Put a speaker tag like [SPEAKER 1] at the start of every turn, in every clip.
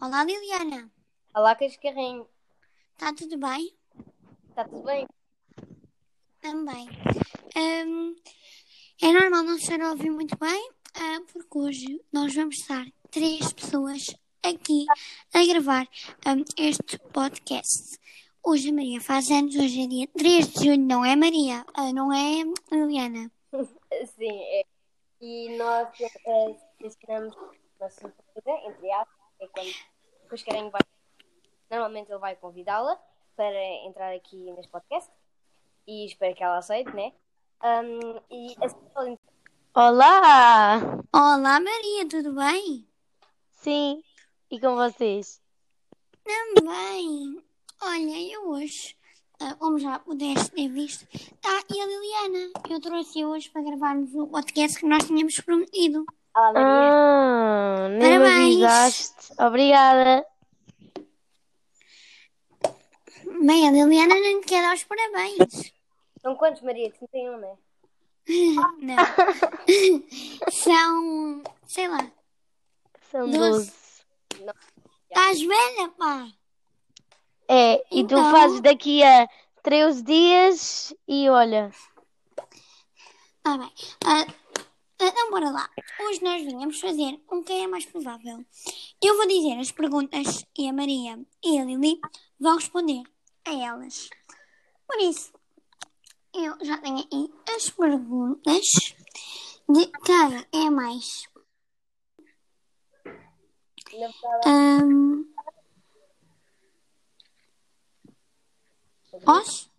[SPEAKER 1] Olá, Liliana.
[SPEAKER 2] Olá, Cascarrinho.
[SPEAKER 1] Está tudo bem?
[SPEAKER 2] Está tá tudo bem?
[SPEAKER 1] Também. Ahm, é normal não estar a ouvir muito bem, ah, porque hoje nós vamos estar três pessoas aqui a gravar ahm, este podcast. Hoje a Maria faz anos, hoje é dia 3 de julho, não é Maria? Ah, não é Liliana?
[SPEAKER 2] Sim, é. E nós eh, ensinamos uma surpresa, entre aspas, é quando o Cascarrinho vai. Normalmente ele vai convidá-la para entrar aqui neste podcast e espero que ela aceite, né? Ahm, e assim que ela entrar- Olá!
[SPEAKER 1] Olá, Maria, tudo bem?
[SPEAKER 2] Sim, e com vocês?
[SPEAKER 1] Também. Olha, eu hoje, ah, como já pudeste ter visto, está e a Liliana. Eu trouxe hoje para gravarmos o podcast que nós tínhamos prometido.
[SPEAKER 2] Olá, Maria.
[SPEAKER 3] Ah, nem me
[SPEAKER 1] Parabéns.
[SPEAKER 3] avisaste. Obrigada.
[SPEAKER 1] Bem, a Liliana não te quer dar os parabéns.
[SPEAKER 2] São quantos, Maria? 31, né?
[SPEAKER 1] Não. São, sei lá.
[SPEAKER 3] São
[SPEAKER 1] Doze.
[SPEAKER 3] 12.
[SPEAKER 1] Estás velha, pá.
[SPEAKER 3] É, e tu
[SPEAKER 1] Então.
[SPEAKER 3] fazes daqui a 13 dias e olha.
[SPEAKER 1] Tá bem. Ah, então, bora lá. Hoje nós vinhamos fazer um quem é mais provável. Eu vou dizer as perguntas e a Maria e a Lili vão responder a elas. Por isso, eu já tenho aqui as perguntas de quem é mais.
[SPEAKER 2] Na verdade,
[SPEAKER 1] Um... Posso?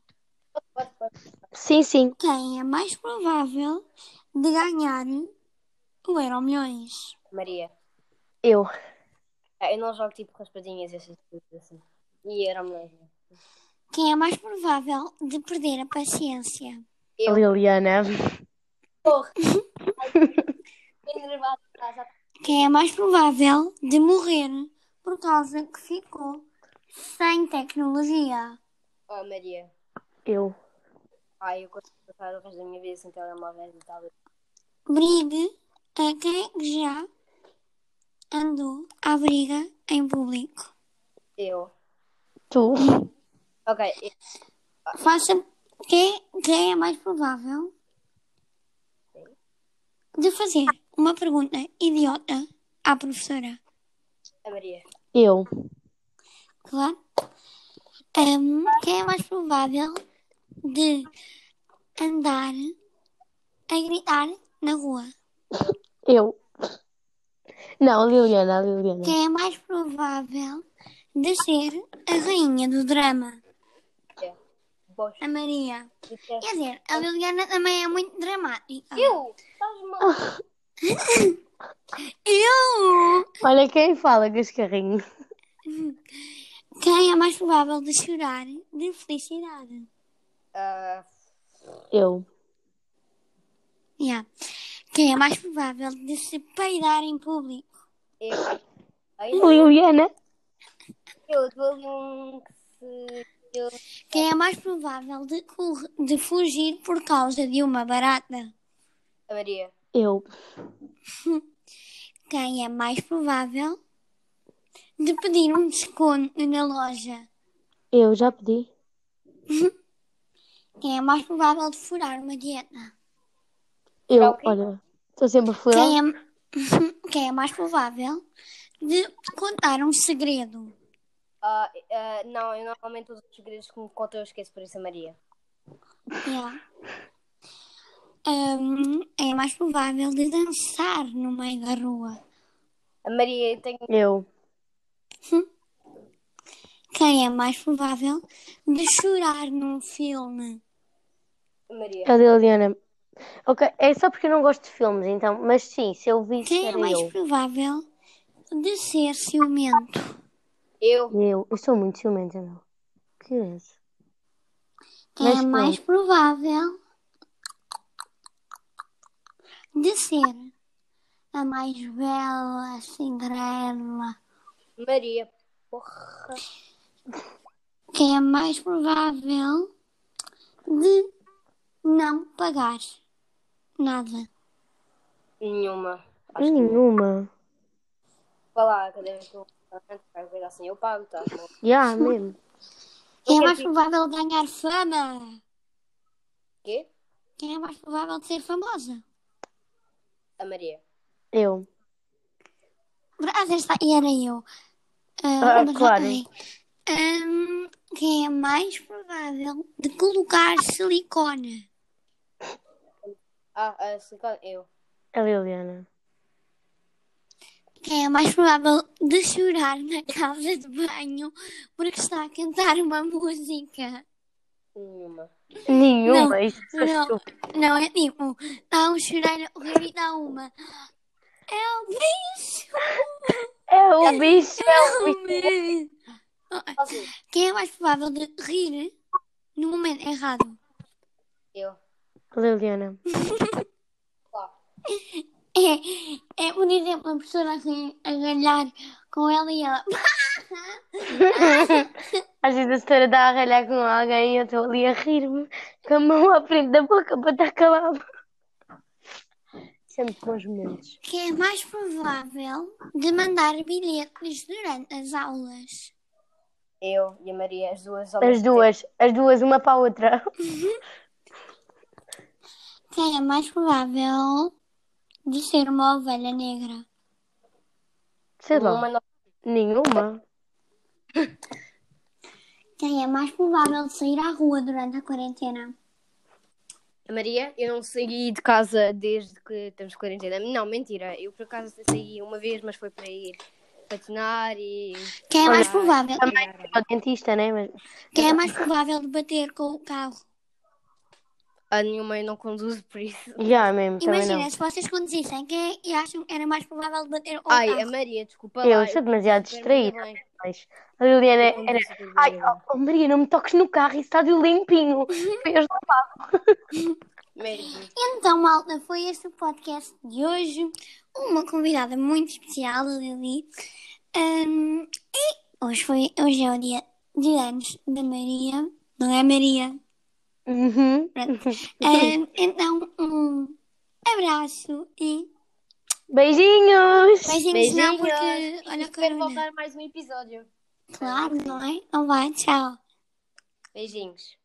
[SPEAKER 2] pode, pode.
[SPEAKER 3] Sim, sim.
[SPEAKER 1] Quem é mais provável de ganhar o Euro Milhões?
[SPEAKER 2] Maria.
[SPEAKER 3] Eu.
[SPEAKER 2] Ah, eu não jogo tipo raspadinhas, essas coisas assim. E era mesmo.
[SPEAKER 1] Quem é mais provável de perder a paciência?
[SPEAKER 2] Eu.
[SPEAKER 3] Liliana.
[SPEAKER 2] Porra! Ai, tô nervada, tá, já tá.
[SPEAKER 1] Quem é mais provável de morrer por causa que ficou sem tecnologia?
[SPEAKER 2] Oh, Maria.
[SPEAKER 3] Eu.
[SPEAKER 2] Ai, eu consigo passar o resto da minha vida sem telemóveis e tal.
[SPEAKER 1] Brigue a quem é que já andou à briga em público.
[SPEAKER 2] Eu.
[SPEAKER 3] Tu.
[SPEAKER 2] Ok, eu-
[SPEAKER 1] Faça quem, quem é mais provável de fazer uma pergunta idiota à professora.
[SPEAKER 2] a Maria.
[SPEAKER 3] Eu.
[SPEAKER 1] Claro. Ahm, quem é mais provável de andar a gritar na rua?
[SPEAKER 3] Eu. Não, Liliana, Liliana.
[SPEAKER 1] Quem é mais provável de ser a rainha do drama?
[SPEAKER 2] Eu. Bosch.
[SPEAKER 1] A Maria.
[SPEAKER 2] Tu queres-
[SPEAKER 1] Quer dizer, a Liliana também é muito dramática.
[SPEAKER 2] Eu! Estás mal.
[SPEAKER 1] Eu?
[SPEAKER 3] Olha quem fala, Gascarrinho.
[SPEAKER 1] Quem é mais provável de chorar de felicidade?
[SPEAKER 2] Ah,
[SPEAKER 3] Eu.
[SPEAKER 1] Yeah. Quem é mais provável de se peidar em público?
[SPEAKER 2] eu. Ai, não.
[SPEAKER 3] Liliana.
[SPEAKER 2] Eu dou ali um que se. Eu.
[SPEAKER 1] Quem é mais provável de, cor- de fugir por causa de uma barata?
[SPEAKER 2] A Maria.
[SPEAKER 3] Eu.
[SPEAKER 1] Quem é mais provável de pedir um desconto na loja?
[SPEAKER 3] Eu já pedi.
[SPEAKER 1] Quem é mais provável de furar uma dieta?
[SPEAKER 3] Eu,
[SPEAKER 2] Fural quê?
[SPEAKER 3] olha. Estou sempre fural.
[SPEAKER 1] Quem é, quem é mais provável de contar um segredo?
[SPEAKER 2] Ah, ah, não, eu normalmente os segredos que me contam eu esqueço, por isso a Maria.
[SPEAKER 1] Yeah. Hum, é mais provável de dançar no meio da rua.
[SPEAKER 2] A Maria tem.
[SPEAKER 3] Eu.
[SPEAKER 1] Quem é mais provável de chorar num filme?
[SPEAKER 2] A Maria.
[SPEAKER 3] A Liliana. Ok, é só porque eu não gosto de filmes, então. Mas sim, se eu vi,
[SPEAKER 1] Quem é
[SPEAKER 3] era
[SPEAKER 1] mais
[SPEAKER 3] eu.
[SPEAKER 1] provável de ser ciumento?
[SPEAKER 2] Eu.
[SPEAKER 3] Eu, eu sou muito ciumenta, meu. Que isso?
[SPEAKER 1] Quem
[SPEAKER 3] Mas
[SPEAKER 1] é mais provável de ser a mais bela Cinderela?
[SPEAKER 2] Maria. Porra.
[SPEAKER 1] Quem é mais provável de não pagar nada?
[SPEAKER 2] Nenhuma.
[SPEAKER 3] Nenhuma.
[SPEAKER 2] Vá lá, cada vez que eu um restaurante, qualquer coisa assim, eu pago, tá? bom?
[SPEAKER 3] Yeah, mesmo.
[SPEAKER 1] Quem é
[SPEAKER 2] quero
[SPEAKER 1] mais
[SPEAKER 2] que-
[SPEAKER 1] provável de ganhar fama?
[SPEAKER 2] Quê?
[SPEAKER 1] Quem é mais provável de ser famosa?
[SPEAKER 2] A Maria.
[SPEAKER 3] Eu.
[SPEAKER 1] Mas esta era eu.
[SPEAKER 3] Ah,
[SPEAKER 1] mas-
[SPEAKER 3] claro.
[SPEAKER 1] ai. Ahm, quem é mais provável de colocar silicone?
[SPEAKER 2] Ah, a silicone, eu.
[SPEAKER 3] A Liliana.
[SPEAKER 1] Quem é mais provável de chorar na casa de banho porque está a cantar uma música?
[SPEAKER 2] Nenhuma.
[SPEAKER 3] Nenhuma. Isto é
[SPEAKER 1] não.
[SPEAKER 3] estúpido.
[SPEAKER 1] Não é tipo, dá um chorar, o Rui dá uma. É o bicho!
[SPEAKER 3] É o bicho. É o bicho.
[SPEAKER 1] Homem!
[SPEAKER 2] Assim,
[SPEAKER 1] Quem é mais provável de rir no momento errado?
[SPEAKER 2] eu.
[SPEAKER 3] Liliana.
[SPEAKER 2] Claro.
[SPEAKER 1] É, é por exemplo, uma pessoa assim a ganhar com ela e ela.
[SPEAKER 3] Às vezes a senhora está a ralhar com alguém e eu estou ali a rir-me com a mão à frente da boca para estar calado. Sempre com os momentos.
[SPEAKER 1] Quem é mais provável de mandar bilhetes durante as aulas?
[SPEAKER 2] Eu e a Maria, as duas. ao
[SPEAKER 3] As
[SPEAKER 2] mesmo
[SPEAKER 3] duas, as duas, uma para a outra.
[SPEAKER 1] Quem é mais provável de ser uma ovelha negra?
[SPEAKER 3] Sei
[SPEAKER 2] tempo.
[SPEAKER 3] lá,
[SPEAKER 2] Uma não-
[SPEAKER 3] nenhuma.
[SPEAKER 1] Quem é mais provável de sair à rua durante a quarentena?
[SPEAKER 2] A Maria, eu não saí de casa desde que temos quarentena. Não, mentira. Eu por acaso saí uma vez, mas foi para ir patinar e.
[SPEAKER 1] Quem é mais
[SPEAKER 2] Olá.
[SPEAKER 1] provável?
[SPEAKER 3] Também ao dentista, né? Mas
[SPEAKER 1] Quem é mais provável de bater com o carro?
[SPEAKER 2] A ah, nenhuma eu não conduzo por isso.
[SPEAKER 3] já mesmo, também
[SPEAKER 1] Imagina,
[SPEAKER 3] não.
[SPEAKER 1] se vocês conduzissem, quem é que acham que era mais provável de bater com o
[SPEAKER 2] Ai, a
[SPEAKER 1] carro?
[SPEAKER 2] Maria, desculpa lá.
[SPEAKER 3] Eu sou demasiado
[SPEAKER 2] super
[SPEAKER 3] distraída.
[SPEAKER 2] bem.
[SPEAKER 3] Mas a Liliana
[SPEAKER 2] Eu
[SPEAKER 3] era.
[SPEAKER 2] conduzo super
[SPEAKER 3] Ai,
[SPEAKER 2] bem.
[SPEAKER 3] oh, oh, Maria, não me toques no carro, isso está de limpinho. Fez lavado.
[SPEAKER 2] Merda.
[SPEAKER 1] Então, malta, foi este o podcast de hoje. Uma convidada muito especial, a Lili. Ahm, e hoje, foi, hoje é o dia de anos da Maria, não é, Maria?
[SPEAKER 3] Uhum.
[SPEAKER 1] Ahm, então, um abraço e
[SPEAKER 3] Beijinhos!
[SPEAKER 1] beijinhos, não, porque olha a
[SPEAKER 2] Espero
[SPEAKER 1] corona.
[SPEAKER 2] voltar mais um episódio.
[SPEAKER 1] Claro, não é? Não vai, Então, tchau.
[SPEAKER 2] Beijinhos.